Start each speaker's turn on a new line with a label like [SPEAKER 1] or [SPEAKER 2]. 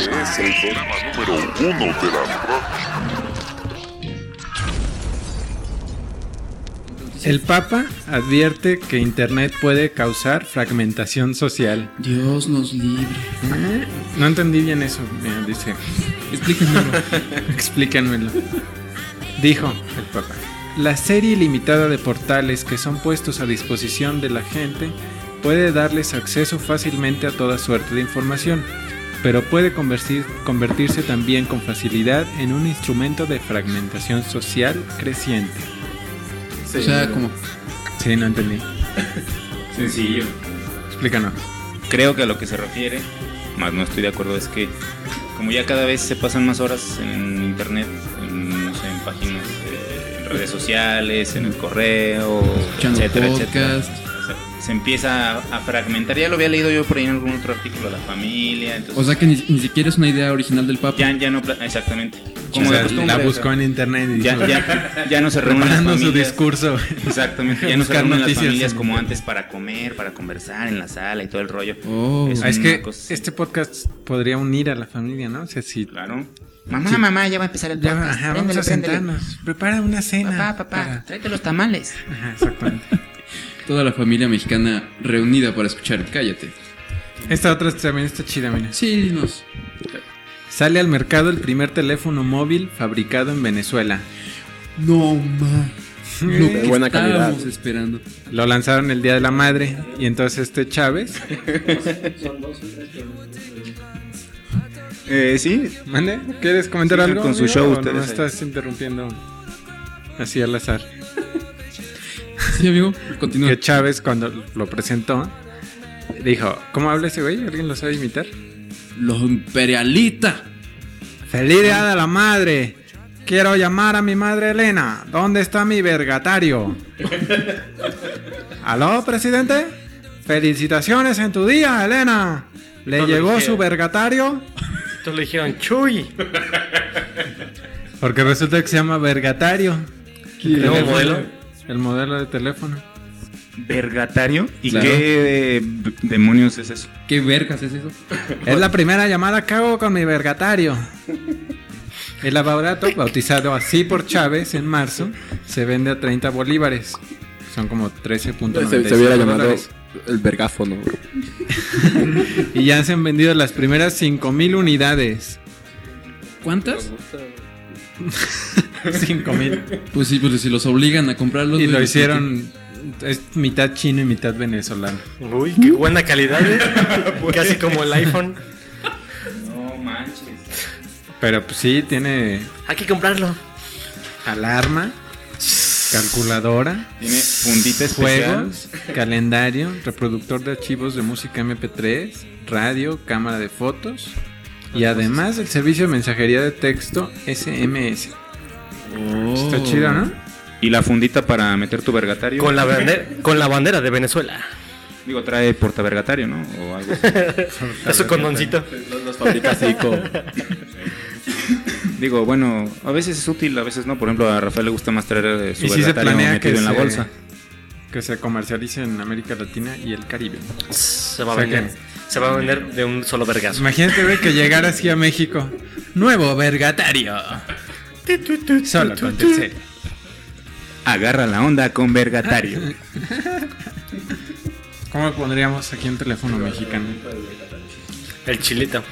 [SPEAKER 1] Este es el programa número uno de la radio.
[SPEAKER 2] El Papa advierte que Internet puede causar fragmentación social.
[SPEAKER 3] Dios nos libre.
[SPEAKER 2] ¿Eh? No entendí bien eso, mira, dice.
[SPEAKER 3] Explíquenmelo.
[SPEAKER 2] Explíquenmelo. Dijo el Papa. La serie ilimitada de portales que son puestos a disposición de la gente puede darles acceso fácilmente a toda suerte de información, pero puede convertir- convertirse también con facilidad en un instrumento de fragmentación social creciente.
[SPEAKER 3] o sea, como
[SPEAKER 2] Sí, no entendí.
[SPEAKER 4] Sencillo.
[SPEAKER 2] Explícanos.
[SPEAKER 4] Creo que a lo que se refiere, más no estoy de acuerdo, es que como ya cada vez se pasan más horas en internet, en, no sé, en páginas, eh, en redes sociales, en el correo,
[SPEAKER 3] escuchando
[SPEAKER 4] etcétera, etcétera.
[SPEAKER 3] podcast.
[SPEAKER 4] O sea, se empieza a, a fragmentar. Ya lo había leído yo por ahí en algún otro artículo, la familia. Entonces,
[SPEAKER 3] O sea que ni, ni siquiera es una idea original del Papa.
[SPEAKER 4] ya, ya no, pla- exactamente.
[SPEAKER 2] O
[SPEAKER 4] Como
[SPEAKER 2] sea,
[SPEAKER 4] de costumbre,
[SPEAKER 2] la buscó en internet y
[SPEAKER 4] ya,
[SPEAKER 2] dijo,
[SPEAKER 4] ya, ya no se reúnen las
[SPEAKER 2] preparando su
[SPEAKER 4] familias.
[SPEAKER 2] discurso.
[SPEAKER 4] Exactamente, ya no se
[SPEAKER 2] Buscar
[SPEAKER 4] reúnen las
[SPEAKER 2] noticias
[SPEAKER 4] familias
[SPEAKER 2] en
[SPEAKER 4] como
[SPEAKER 2] internet.
[SPEAKER 4] antes para comer, para conversar en la sala y todo el rollo.
[SPEAKER 3] Oh.
[SPEAKER 4] Es-
[SPEAKER 2] Ah, es
[SPEAKER 4] Una
[SPEAKER 2] que
[SPEAKER 4] cosa así.
[SPEAKER 2] este podcast podría unir a la familia, ¿no? O sea, si
[SPEAKER 4] Claro. Mamá, mamá, ya va a empezar el
[SPEAKER 2] ya
[SPEAKER 4] podcast.
[SPEAKER 2] ajá, vamos
[SPEAKER 4] Préndele,
[SPEAKER 2] a
[SPEAKER 4] préndele.
[SPEAKER 2] sentarnos, prepara una cena.
[SPEAKER 4] Papá, papá,
[SPEAKER 2] para-
[SPEAKER 4] tráete los tamales.
[SPEAKER 2] Ajá, exactamente.
[SPEAKER 3] Toda la familia mexicana reunida para escuchar. Cállate.
[SPEAKER 2] Esta otra también está chida, mira.
[SPEAKER 3] Sí, nos.
[SPEAKER 2] Sale al mercado el primer teléfono móvil fabricado en Venezuela.
[SPEAKER 3] No, ma. Lo
[SPEAKER 2] De
[SPEAKER 3] que
[SPEAKER 5] Mm. buena
[SPEAKER 3] estábamos
[SPEAKER 5] calidad.
[SPEAKER 3] esperando.
[SPEAKER 2] Lo lanzaron el Día de la Madre y entonces este Chávez,
[SPEAKER 4] Eh, sí.
[SPEAKER 2] ¿mande? ¿Quieres comentar
[SPEAKER 4] Sí,
[SPEAKER 2] algo?
[SPEAKER 4] con su
[SPEAKER 2] amigo,
[SPEAKER 4] show
[SPEAKER 2] o
[SPEAKER 4] ustedes
[SPEAKER 2] nomás
[SPEAKER 4] ahí.
[SPEAKER 2] estás interrumpiendo así al azar.
[SPEAKER 3] Sí, amigo, continúa.
[SPEAKER 2] Que Chávez cuando lo presentó dijo, ¿cómo habla ese güey? ¿Alguien lo sabe imitar?
[SPEAKER 3] Los imperialistas.
[SPEAKER 2] ¡Feliz día de la madre! Quiero llamar a mi madre Elena. ¿Dónde está mi vergatario? ¿Aló, presidente? Felicitaciones en tu día, Elena. ¿Le
[SPEAKER 6] No lo
[SPEAKER 2] llegó
[SPEAKER 6] dije.
[SPEAKER 2] su vergatario?
[SPEAKER 6] Entonces le dijeron, Chuy.
[SPEAKER 2] Porque resulta que se llama vergatario.
[SPEAKER 6] ¿El nuevo
[SPEAKER 2] teléfono,
[SPEAKER 6] modelo?
[SPEAKER 2] El modelo de teléfono.
[SPEAKER 4] Vergatario. ¿Y
[SPEAKER 3] Claro.
[SPEAKER 4] qué eh, b- demonios es eso?
[SPEAKER 3] ¿Qué vergas es eso?
[SPEAKER 2] Es la primera llamada que hago con mi vergatario. El aparato, bautizado así por Chávez en marzo, se vende a 30 bolívares. Son como 13.95
[SPEAKER 5] Se, se hubiera llamado
[SPEAKER 2] dólares.
[SPEAKER 5] el vergáfono.
[SPEAKER 2] Y ya se han vendido las primeras 5000 unidades.
[SPEAKER 3] ¿Cuántas?
[SPEAKER 2] 5000.
[SPEAKER 3] Pues sí, pues si los obligan a comprarlos.
[SPEAKER 2] Y
[SPEAKER 3] güey,
[SPEAKER 2] lo
[SPEAKER 3] pues,
[SPEAKER 2] hicieron es mitad chino y mitad venezolano.
[SPEAKER 6] Uy, qué buena calidad, ¿eh? Casi como el iPhone.
[SPEAKER 4] No manches.
[SPEAKER 2] Pero pues sí tiene
[SPEAKER 6] Hay que comprarlo.
[SPEAKER 2] alarma, calculadora,
[SPEAKER 4] Tiene fundita especial.
[SPEAKER 2] juegos, calendario, reproductor de archivos de música MP3, radio, cámara de fotos y además el servicio de mensajería de texto SMS.
[SPEAKER 3] Oh.
[SPEAKER 2] Está chido, ¿no?
[SPEAKER 4] Y la fundita para meter tu vergatario.
[SPEAKER 6] Con la bandera, con la bandera de Venezuela.
[SPEAKER 4] Digo, trae portavergatario, ¿no? O algo así.
[SPEAKER 6] Eso con Doncito.
[SPEAKER 5] Los fabrica Seiko.
[SPEAKER 4] Digo, bueno, a veces es útil, a veces no. Por ejemplo, a Rafael le gusta más traer eh, su
[SPEAKER 2] Y sí se
[SPEAKER 4] vergatario
[SPEAKER 2] planea
[SPEAKER 4] metido
[SPEAKER 2] que
[SPEAKER 4] en la
[SPEAKER 2] se-
[SPEAKER 4] bolsa.
[SPEAKER 2] Que se comercialice en América Latina y el Caribe.
[SPEAKER 6] Se va a
[SPEAKER 2] O sea que-
[SPEAKER 6] vender. Se va a vender de un solo vergazo.
[SPEAKER 2] Imagínate, güey, que llegar así a México. Nuevo vergatario. Solo con Telcel.
[SPEAKER 4] Agarra la onda con vergatario.
[SPEAKER 2] ¿Cómo lo pondríamos aquí en teléfono mexicano?
[SPEAKER 6] El chilito.